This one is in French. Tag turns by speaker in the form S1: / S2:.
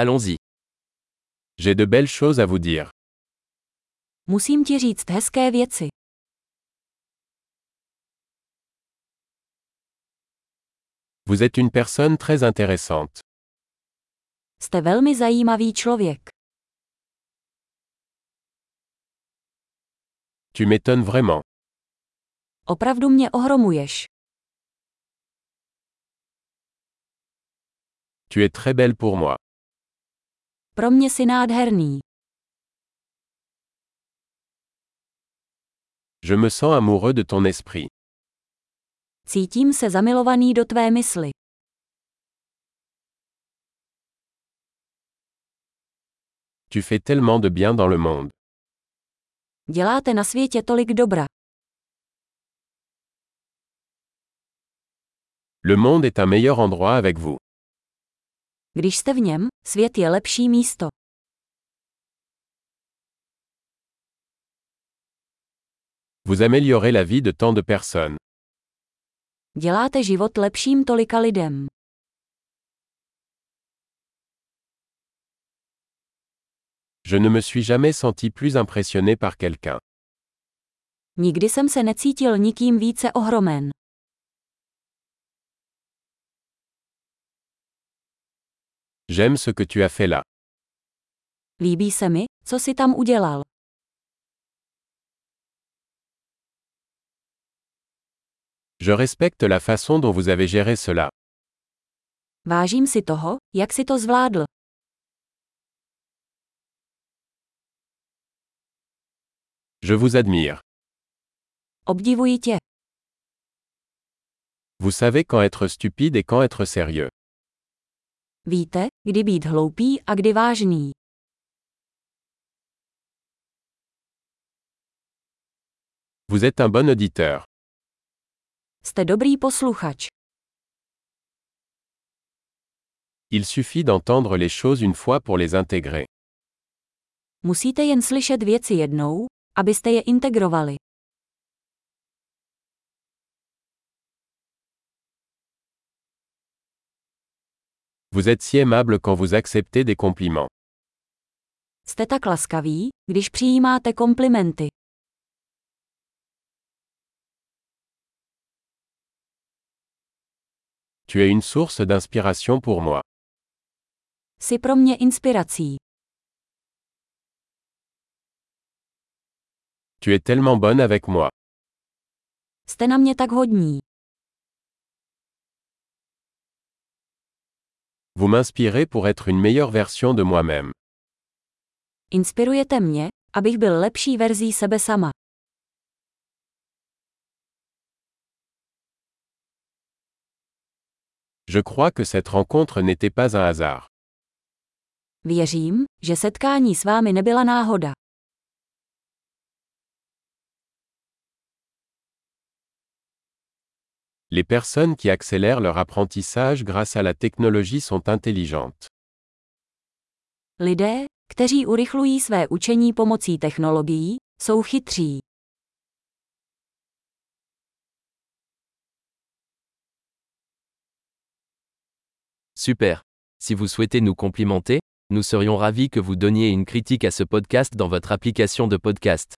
S1: Allons-y. J'ai de belles choses à vous dire.
S2: Musím ti říct hezké věci.
S1: Vous êtes une personne très intéressante.
S2: Jste velmi zajímavý člověk.
S1: Tu m'étonnes vraiment.
S2: Opravdu mě ohromuješ.
S1: Tu es très belle pour moi.
S2: Pro mě si nádherný.
S1: Je me sens amoureux de ton esprit.
S2: Cítím se zamilovaný do tvé mysli.
S1: Tu fais tellement de bien dans le monde.
S2: Děláte na světě tolik dobra.
S1: Le monde est un meilleur endroit avec vous.
S2: Když jste v něm, svět je lepší místo.
S1: Vous améliorez la vie de tant de personnes.
S2: Děláte život lepším tolika lidem.
S1: Je ne me suis jamais senti plus impressionné par quelqu'un.
S2: Nikdy jsem se necítil nikým více ohromen.
S1: J'aime ce que tu as fait là.
S2: Líbí se mi, co si tam udělal.
S1: Je respecte la façon dont vous avez géré cela.
S2: Vážím si toho, jak si to zvládl.
S1: Je vous admire.
S2: Obdivuji tě.
S1: Vous savez quand être stupide et quand être sérieux.
S2: Víte, kdy být hloupý a kdy vážný.
S1: Vous êtes un bon auditeur.
S2: Jste dobrý posluchač.
S1: Il suffit d'entendre les choses une fois pour les intégrer.
S2: Musíte jen slyšet věci jednou, abyste je integrovali.
S1: Vous êtes si aimable quand vous acceptez des compliments.
S2: Jste tak laskaví, když přijímáte komplimenty.
S1: Tu es une source d'inspiration pour moi.
S2: Jsi pro mě inspirací.
S1: Tu es tellement bonne avec moi.
S2: Jste na mě tak hodní.
S1: Vous m'inspirez pour être une meilleure version de moi-même.
S2: Inspirujete mě, abych byl lepší verzí sebe sama.
S1: Je crois que cette rencontre n'était pas un hasard.
S2: Věřím, že setkání s vámi nebyla náhoda.
S1: Les personnes qui accélèrent leur apprentissage grâce à la technologie sont intelligentes.
S2: Lidé, kteří urychlují své učení pomocí technologií, jsou chytří.
S3: Super. Si vous souhaitez nous complimenter, nous serions ravis que vous donniez une critique à ce podcast dans votre application de podcast.